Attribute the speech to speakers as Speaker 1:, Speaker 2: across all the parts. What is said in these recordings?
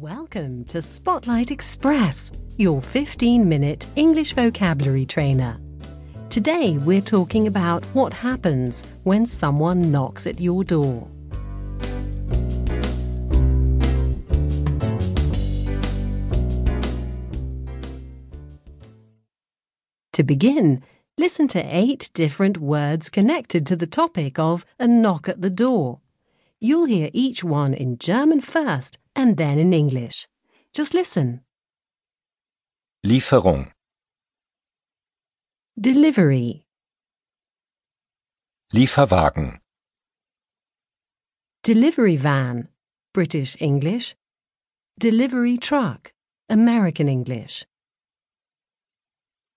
Speaker 1: Welcome to Spotlight Express, your 15 minute English vocabulary trainer. Today we're talking about what happens when someone knocks at your door. To begin, listen to eight different words connected to the topic of a knock at the door. You'll hear each one in German first and then in English. Just listen.
Speaker 2: Lieferung,
Speaker 1: Delivery,
Speaker 2: Lieferwagen,
Speaker 1: delivery van, British English. Delivery truck, American English.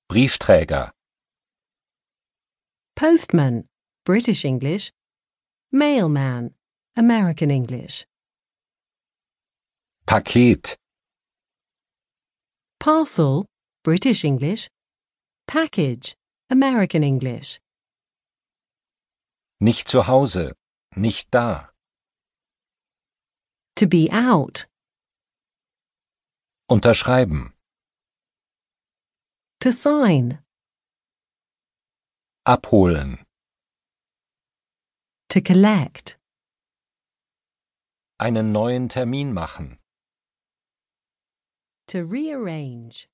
Speaker 2: Briefträger,
Speaker 1: Postman, British English. Mailman, American English.
Speaker 2: Paket,
Speaker 1: Parcel, British English. Package, American English.
Speaker 2: nicht zu Hause, nicht da,
Speaker 1: To be out,
Speaker 2: unterschreiben,
Speaker 1: to sign,
Speaker 2: abholen,
Speaker 1: to collect,
Speaker 2: einen neuen Termin machen.
Speaker 1: to rearrange.